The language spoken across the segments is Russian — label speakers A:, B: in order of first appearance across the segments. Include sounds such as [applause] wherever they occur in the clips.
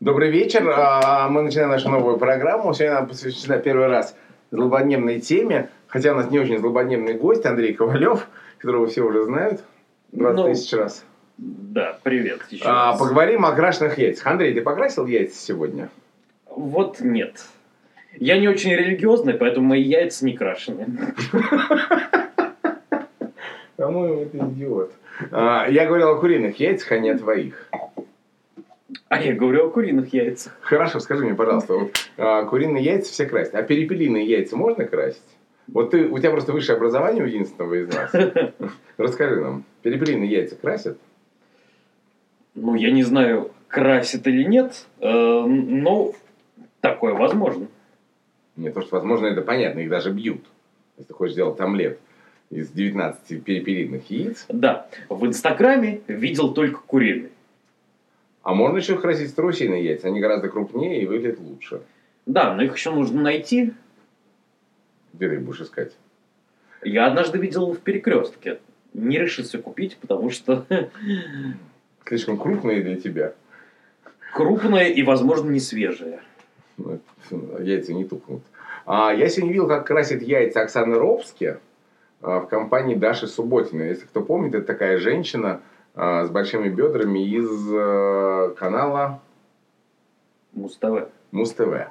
A: Добрый вечер. А, Мы начинаем нашу новую программу. Сегодня она посвящена первый раз злободневной теме. Хотя у нас не очень злободневный гость Андрей Ковалев, которого все уже знают 20
B: Ну,
A: тысяч раз.
B: Да, привет еще
A: А,
B: раз.
A: поговорим о крашенных яйцах. Андрей, ты покрасил яйца сегодня?
B: Вот нет. Я не очень религиозный, поэтому мои яйца не крашены. А ну,
A: По-моему, ты идиот. А, я говорил о куриных яйцах, а не о твоих.
B: [laughs] А я говорю о куриных яйцах.
A: Хорошо, скажи мне, пожалуйста, вот, а, куриные яйца все красят, а перепелиные яйца можно красить? Вот ты, у тебя просто высшее образование у единственного из
B: [laughs]
A: нас. Расскажи нам, перепелиные яйца красят?
B: Ну, я не знаю, красит или нет, э, но такое возможно.
A: Мне то, что, возможно, это понятно, их даже бьют. Если ты хочешь сделать омлет из 19 перепелиных яиц,
B: Да, в Инстаграме видел только куриные.
A: а можно еще красить трусиные яйца, они гораздо крупнее и выглядят лучше.
B: Да, но их еще нужно найти.
A: Где ты их будешь искать?
B: Я однажды видел в перекрестке. Не решился купить, потому что [laughs]
A: Слишком крупные для тебя.
B: крупные и, возможно, не свежие.
A: Ну, [laughs] Яйца не тухнут. А, я сегодня видел, как красит яйца Оксана Робски а, в компании Даши Субботиной. Если кто помнит, это такая женщина а, с большими бедрами из э, канала
B: Муз-ТВ.
A: Муз-ТВ.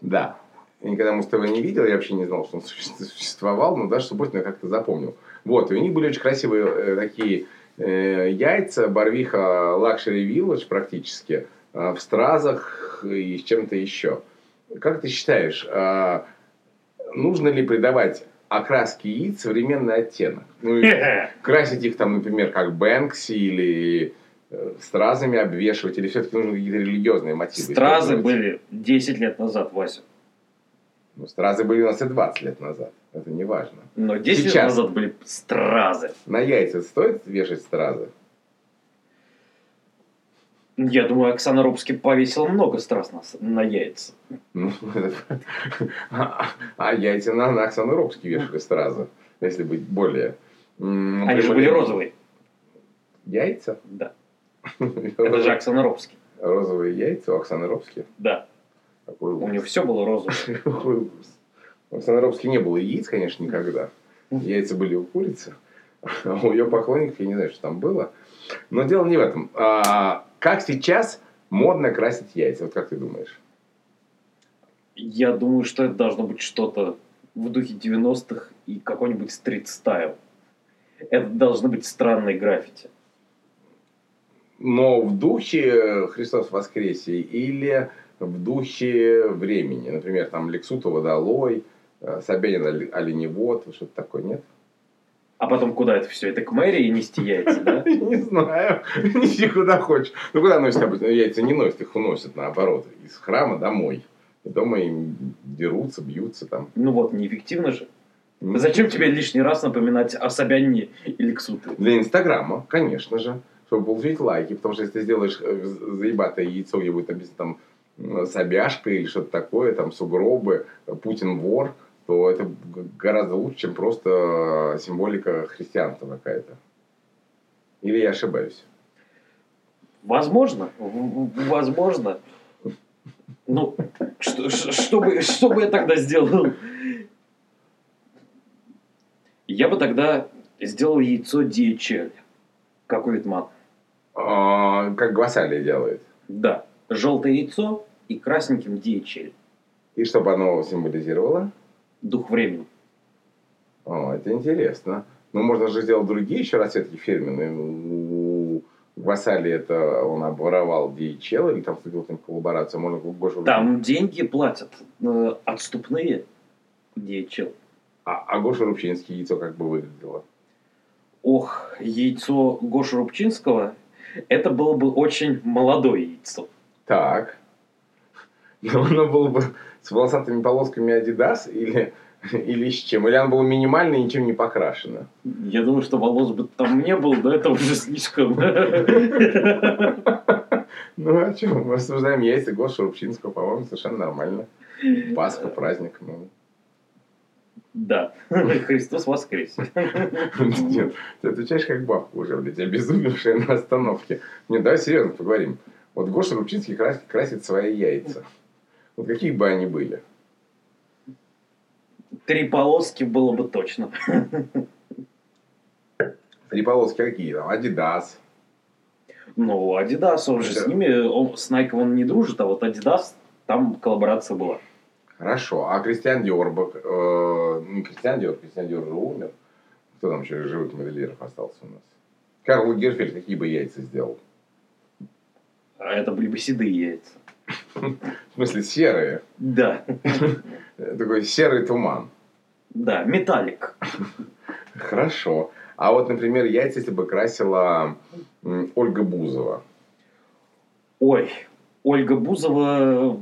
A: Да. Я никогда Муз-ТВ не видел, я вообще не знал, что он суще- существовал, но даже Субботина как-то запомнил. Вот, и у них были очень красивые э, такие э, яйца, Барвиха Лакшери Вилледж практически, э, в стразах и с чем-то еще. Как ты считаешь, а, нужно ли придавать окраске яиц современный оттенок? Ну,
B: [laughs]
A: и красить их там, например, как Бэнкси или э, стразами обвешивать, или все-таки нужны какие-то религиозные мотивы?
B: Стразы
A: использовать?
B: были 10 лет назад, Вася.
A: Ну, стразы были у нас и 20 лет назад. Это не важно.
B: Но 10 лет
A: Сейчас.
B: назад были стразы.
A: На яйца стоит вешать стразы?
B: Я думаю, Оксана Робски повесила много страз на, с- на яйца.
A: Ну, [laughs] это- а, а яйца на, на Оксану Робски вешали стразы, если быть более... м,
B: Они же были
A: прямолинейным.
B: розовые.
A: Яйца?
B: Да. [laughs] Это же Оксана Робски.
A: [laughs] Розовые яйца у Оксаны Робски?
B: Да.
A: Какой
B: У
A: ужас.
B: нее все было розовое.
A: [laughs] Какой ужас. У Оксаны Робски не было яиц, конечно, никогда. Яйца были у курицы. [laughs] А у ее поклонников я не знаю, что там было. Но дело не в этом. А, как сейчас модно красить яйца? Вот как ты думаешь?
B: Я думаю, что это должно быть что-то в духе 90-х и какой-нибудь стрит-стайл. Это должны быть странные граффити.
A: Но в духе Христос воскресе или в духе времени? Например, там Лексутова долой, э, Собянин оле- оленевод, вот что-то такое, нет? [laughs]
B: А потом куда это все? Это к мэрии нести яйца,
A: [laughs]
B: да?
A: Не знаю, неси куда хочешь. Ну, куда носят обычно? Яйца не носят, их уносят, наоборот, из храма домой. И дома им дерутся, бьются там.
B: Ну вот, неэффективно же. Зачем тебе лишний раз напоминать о Собянине или Ксутове?
A: Для Инстаграма, конечно же, чтобы получить лайки, потому что если ты сделаешь э, з- заебатое яйцо, где будет написано там м, собяшка или что-то такое, там сугробы, э, Путин вор, то это г- гораздо лучше, чем просто э, символика христианства какая-то. Или я ошибаюсь?
B: Возможно, в- в- возможно. Ну, что, ш- что, бы, что бы я тогда сделал? Я бы тогда сделал яйцо DHL, как у Витман.
A: А, как Гвасалия делает.
B: Да, желтое яйцо и красненьким DHL.
A: И чтобы оно символизировало?
B: Дух времени.
A: О, А, это интересно. Ну, можно же сделать другие еще расцветки фирменные. У Васали это он обворовал DHL или там вступил с ним в коллаборацию. Можно Гошу...
B: Там деньги платят э, отступные DHL.
A: А, а Гоша Рубчинский яйцо как бы выглядело.
B: Ох, яйцо Гоши Рубчинского, это было бы очень молодое яйцо.
A: Так. [laughs] Но оно было бы с волосатыми полосками Adidas или, [laughs] или с чем? Или оно было минимально и ничем не покрашено? [laughs]
B: Я думаю, что волос бы там не было, но это уже слишком.
A: Ну, о чем? Мы рассуждаем яйца Гоши Рубчинского, по-моему, совершенно нормально. Пасха, праздник. Ну,
B: Да, Христос воскрес.
A: Нет, ты отвечаешь как бабка уже, блядь, обезумевшая на остановке. Нет, давай серьезно поговорим. Вот Гоша Рубчинский крас- красит свои яйца. Вот какие бы они были?
B: Три полоски было бы точно.
A: Три полоски какие там? Адидас.
B: Ну, Adidas, он же
A: Да.
B: с ними, он, с Nike он не дружит, а вот Adidas, там коллаборация была.
A: Хорошо. А Кристиан Диор, бы, э, не Кристиан Диор, Кристиан Диор же умер. Кто там еще из живых модельеров остался у нас? Карл Герфельд какие бы яйца сделал?
B: А это были бы седые яйца.
A: В смысле, серые.
B: Да,
A: Э, Такой серый туман.
B: да, металлик.
A: Хорошо. А вот, например, яйца, если бы красила м, Ольга Бузова.
B: Ой, Ольга Бузова...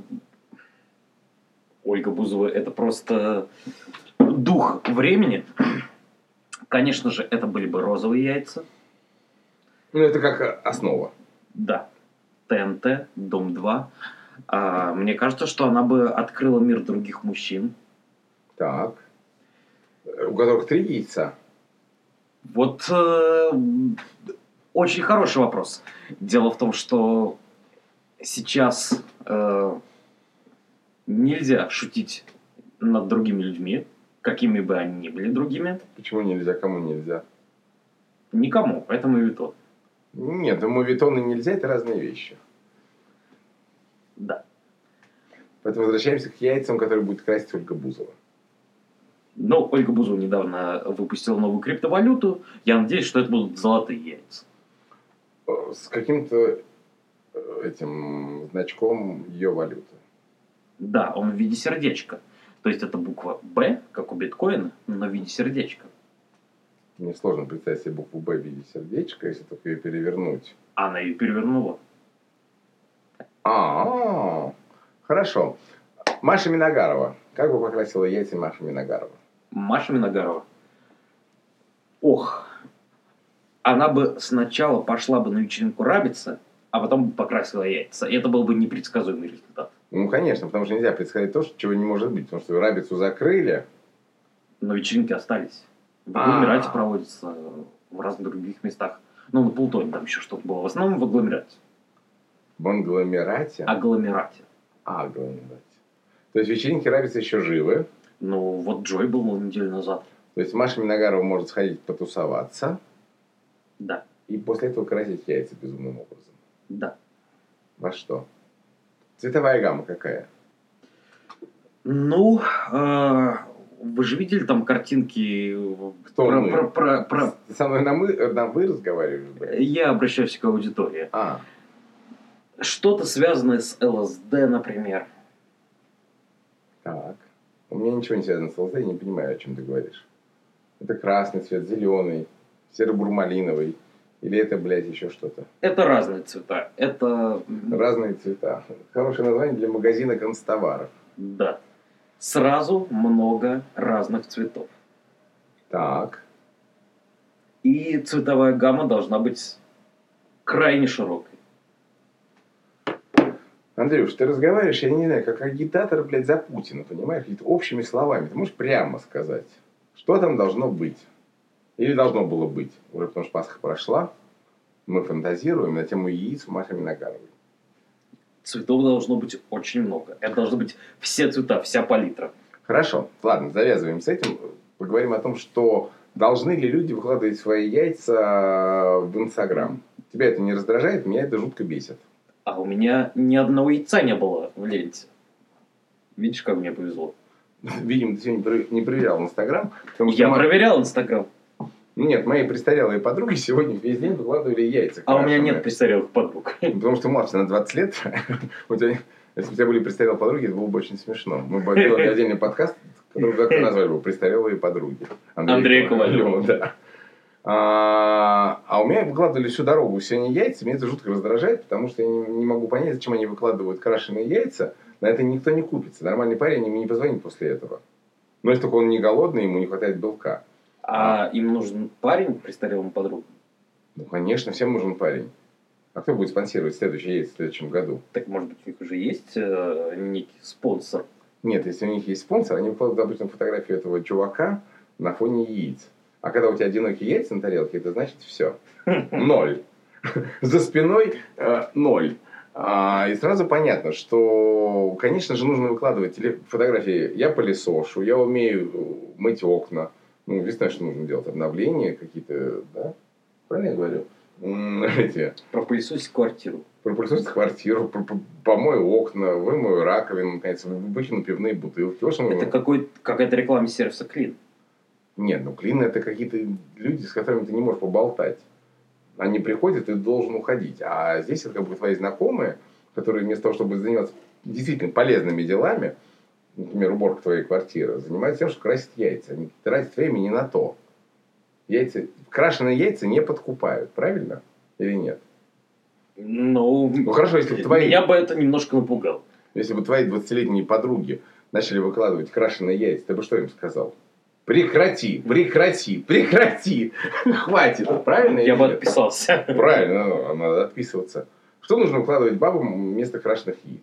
B: Ольга Бузова – это просто дух времени. Конечно же, это были бы розовые яйца.
A: Ну, это как э, основа.
B: Да. ТНТ, Дом-2. А, мне кажется, что она бы открыла мир других мужчин.
A: Так. Э, У которых три яйца.
B: Вот э, очень хороший вопрос. Дело в том, что сейчас э, нельзя шутить над другими людьми, какими бы они ни были другими,
A: Почему нельзя? Кому нельзя?
B: никому, поэтому и то.
A: Нет, ему витон и нельзя, это разные вещи.
B: Да.
A: Поэтому возвращаемся к яйцам, которые будет красить Ольга Бузова.
B: Но Ольга Бузова недавно выпустила новую криптовалюту. Я надеюсь, что это будут золотые яйца.
A: Э, С каким-то э, этим значком ее валюты.
B: Да, он в виде сердечка. То есть это буква Б, как у биткоина, но в виде сердечка.
A: Мне сложно представить себе букву «Б» в виде сердечка, если только ее перевернуть.
B: А Она ее перевернула.
A: А, хорошо. Маша Миногарова. Как бы покрасила яйца Маша Миногарова?
B: Маша Виногарова. Ох. Она бы сначала пошла бы на вечеринку рабиться, а потом бы покрасила яйца. И это был бы непредсказуемый результат.
A: Ну, конечно, потому что нельзя предсказать то, что- чего не может быть. Потому что рабицу закрыли,
B: Но вечеринки остались. В
A: А.
B: агломерате проводятся э, в разных других местах. Ну, на Плутоне там еще что-то было. В основном в агломерате.
A: в англомерате.
B: А Агломерате.
A: А, агломерате. То есть вечеринки рабицы еще живы.
B: Ну, вот Джой был неделю назад.
A: То есть Маша Миногарова может сходить потусоваться
B: Да,
A: и после этого красить яйца безумным образом.
B: да.
A: Во что? Цветовая гамма какая?
B: Ну, э, вы же видели там картинки э,
A: Кто
B: про,
A: мы?
B: про- про- про-
A: Ты Со мной на, мы, на вы разговариваешь? блин?
B: Я обращаюсь к аудитории.
A: А,
B: Что-то связанное с ЛСД, например.
A: так. У меня ничего не связано с ЛСД, я не понимаю, о чем ты говоришь. Это красный цвет, зеленый, серо-бурмалиновый. Или это, блядь, еще что-то.
B: Это разные цвета. Это, м,
A: Разные цвета. Хорошее название для магазина констоваров.
B: да, сразу много разных цветов.
A: Так.
B: И цветовая гамма должна быть крайне широкой.
A: Андрюш, ты разговариваешь, я не знаю, как агитатор, блядь, за Путина, понимаешь? Какими-то общими словами. Ты можешь прямо сказать, что там должно быть? Или должно было быть? Уже потому что Пасха прошла, мы фантазируем на тему яиц Маши Миногаровой.
B: Цветов должно быть очень много. Это должны быть все цвета, вся палитра.
A: Хорошо, ладно, завязываем с этим. Поговорим о том, что должны ли люди выкладывать свои яйца э, в Инстаграм. Тебя это не раздражает, меня это жутко бесит. [laughs]
B: А у меня ни одного яйца не было в ленте. Видишь, как мне повезло.
A: Видимо, ты сегодня про- не проверял Инстаграм. потому что
B: Я
A: ма-
B: проверял Инстаграм,
A: Нет, мои престарелые подруги сегодня весь день выкладывали яйца.
B: а у меня
A: крашеные.
B: нет престарелых подруг.
A: Ну, Потому что младше на 20 лет. [laughs] У тебя- Если бы у тебя были престарелые подруги, это было бы очень смешно. Мы бы
B: [laughs]
A: делали отдельный подкаст, который как назвали бы «Престарелые подруги».
B: Андрея Ковалева.
A: [laughs] Да. А, а у меня выкладывали всю дорогу сегодня яйца. Меня это жутко раздражает, потому что я не, не могу понять, зачем они выкладывают крашеные яйца. На это никто не купится. Нормальный парень ему не позвонит после этого. Но если только он не голодный, ему не хватает белка.
B: А им нужен парень престарелому подругу.
A: Ну, конечно, всем нужен парень. А кто будет спонсировать следующие яйца в следующем году?
B: Так может быть у них уже есть э, некий спонсор.
A: Нет, если у них есть спонсор, они выкладывают обычно фотографию этого чувака на фоне яиц. А когда у тебя одинокие яйца на тарелке, это значит все. Ноль. За спиной э, ноль. А, и сразу понятно, что, конечно же, нужно выкладывать теле- фотографии. Я пылесошу, я умею э, мыть окна. Ну, естественно, что нужно делать обновления какие-то, да? Правильно я говорю? М, [laughs] Эти,
B: Пропылесосить квартиру.
A: пропылесосить квартиру, про- про- помою окна, вымою раковину, наконец, выкину пивные бутылки. Вот что ну, мы-
B: Это какой, какая-то реклама сервиса Клин.
A: Нет, ну клин это какие-то люди, с которыми ты не можешь поболтать. Они приходят, и ты должен уходить. А здесь это как бы твои знакомые, которые вместо того, чтобы заниматься действительно полезными делами, например, уборка твоей квартиры, занимаются тем, что красят яйца. Они тратят время не на то. Яйца, крашеные яйца не подкупают, правильно? Или нет?
B: Ну,
A: Ну хорошо, если бы твои,
B: меня бы это немножко напугало.
A: если бы твои 20-летние подруги начали выкладывать крашеные яйца, ты бы что им сказал? Прекрати, прекрати, прекрати. [laughs] Хватит, правильно?
B: Я
A: или
B: бы
A: Э, нет?
B: отписался. [laughs]
A: Правильно, ну, надо отписываться. Что нужно выкладывать бабам вместо крашеных яиц?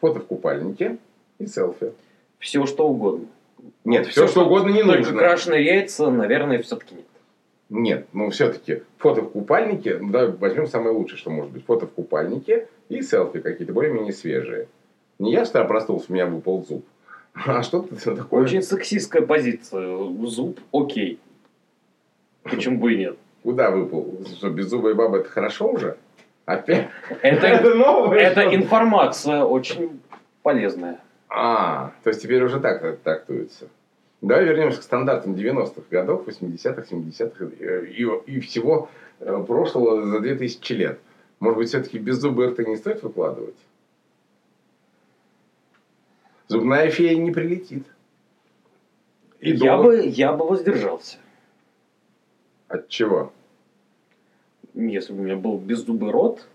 A: Фото в купальнике и селфи.
B: Все что угодно.
A: Нет,
B: Всё,
A: все, что угодно не
B: Только
A: нужно.
B: крашеные яйца, наверное, все-таки нет.
A: Нет, ну все-таки фото в купальнике, ну, давай возьмем самое лучшее, что может быть. Фото в купальнике и селфи какие-то более-менее свежие. Не я вчера проснулся, у меня выпал зуб. [laughs] А что-то такое.
B: Очень сексистская позиция. Зуб окей. Почему бы и нет?
A: Куда выпал? Что, беззубая баба это хорошо уже? Опять? [laughs]
B: Это,
A: новое
B: это
A: что-то.
B: информация очень полезная.
A: А, то есть теперь уже так так трактуется. Давай вернемся к стандартам 90-х годов, 80-х, 70-х э, и, и всего э, прошлого за 2000 лет. Может быть, все-таки без зубы рты не стоит выкладывать? Зубная фея не прилетит. И
B: Я
A: доллар-
B: бы, я бы воздержался.
A: От чего?
B: Если бы у меня был беззубый рот,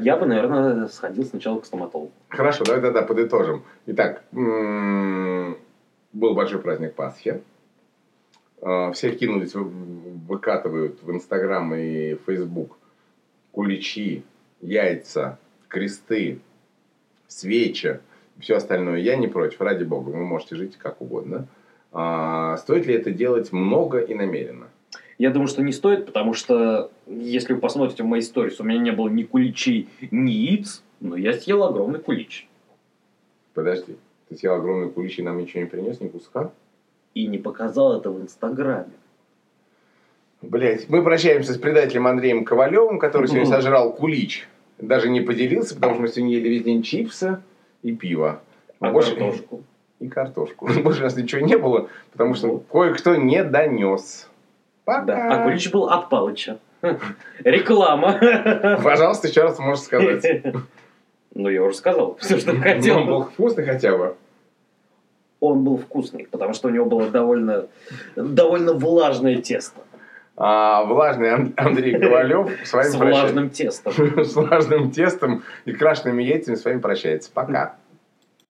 B: я бы, наверное, сходил сначала к стоматологу.
A: Хорошо, давай тогда подытожим. Итак, м, был большой праздник Пасхи. Э, Все кинулись, вы- выкатывают в Инстаграм и Фейсбук куличи, яйца, кресты, свечи, все остальное. Я не против, ради бога, вы можете жить как угодно. А, Стоит ли это делать много и намеренно?
B: Я думаю, что не стоит, потому что, если вы посмотрите мои сторис, у меня не было ни куличей, ни яиц, но я съел огромный кулич.
A: Подожди, ты съел огромные куличи и нам ничего не принес, ни куска?
B: И не показал это в Инстаграме.
A: Блять, мы прощаемся с предателем Андреем Ковалевым, который сегодня
B: Мгм.
A: сожрал кулич. Даже не поделился, потому что мы сегодня ели весь день чипсы и пиво.
B: А
A: Больше-
B: картошку.
A: И картошку. [laughs] Больше у нас ничего не было, потому что кое-кто не донес. Пока.
B: Да. А кулич был от Палыча. [laughs] Реклама.
A: Пожалуйста, еще раз можешь сказать.
B: Ну, я уже сказал все, что [laughs] хотел.
A: Он был вкусный хотя бы.
B: Он был вкусный, потому что у него было довольно, довольно влажное тесто.
A: А, влажный Ан- Андрей Ковалев с вами
B: С
A: прощается. [laughs]
B: влажным тестом.
A: С влажным тестом и крашенными яйцами с вами прощается. Пока.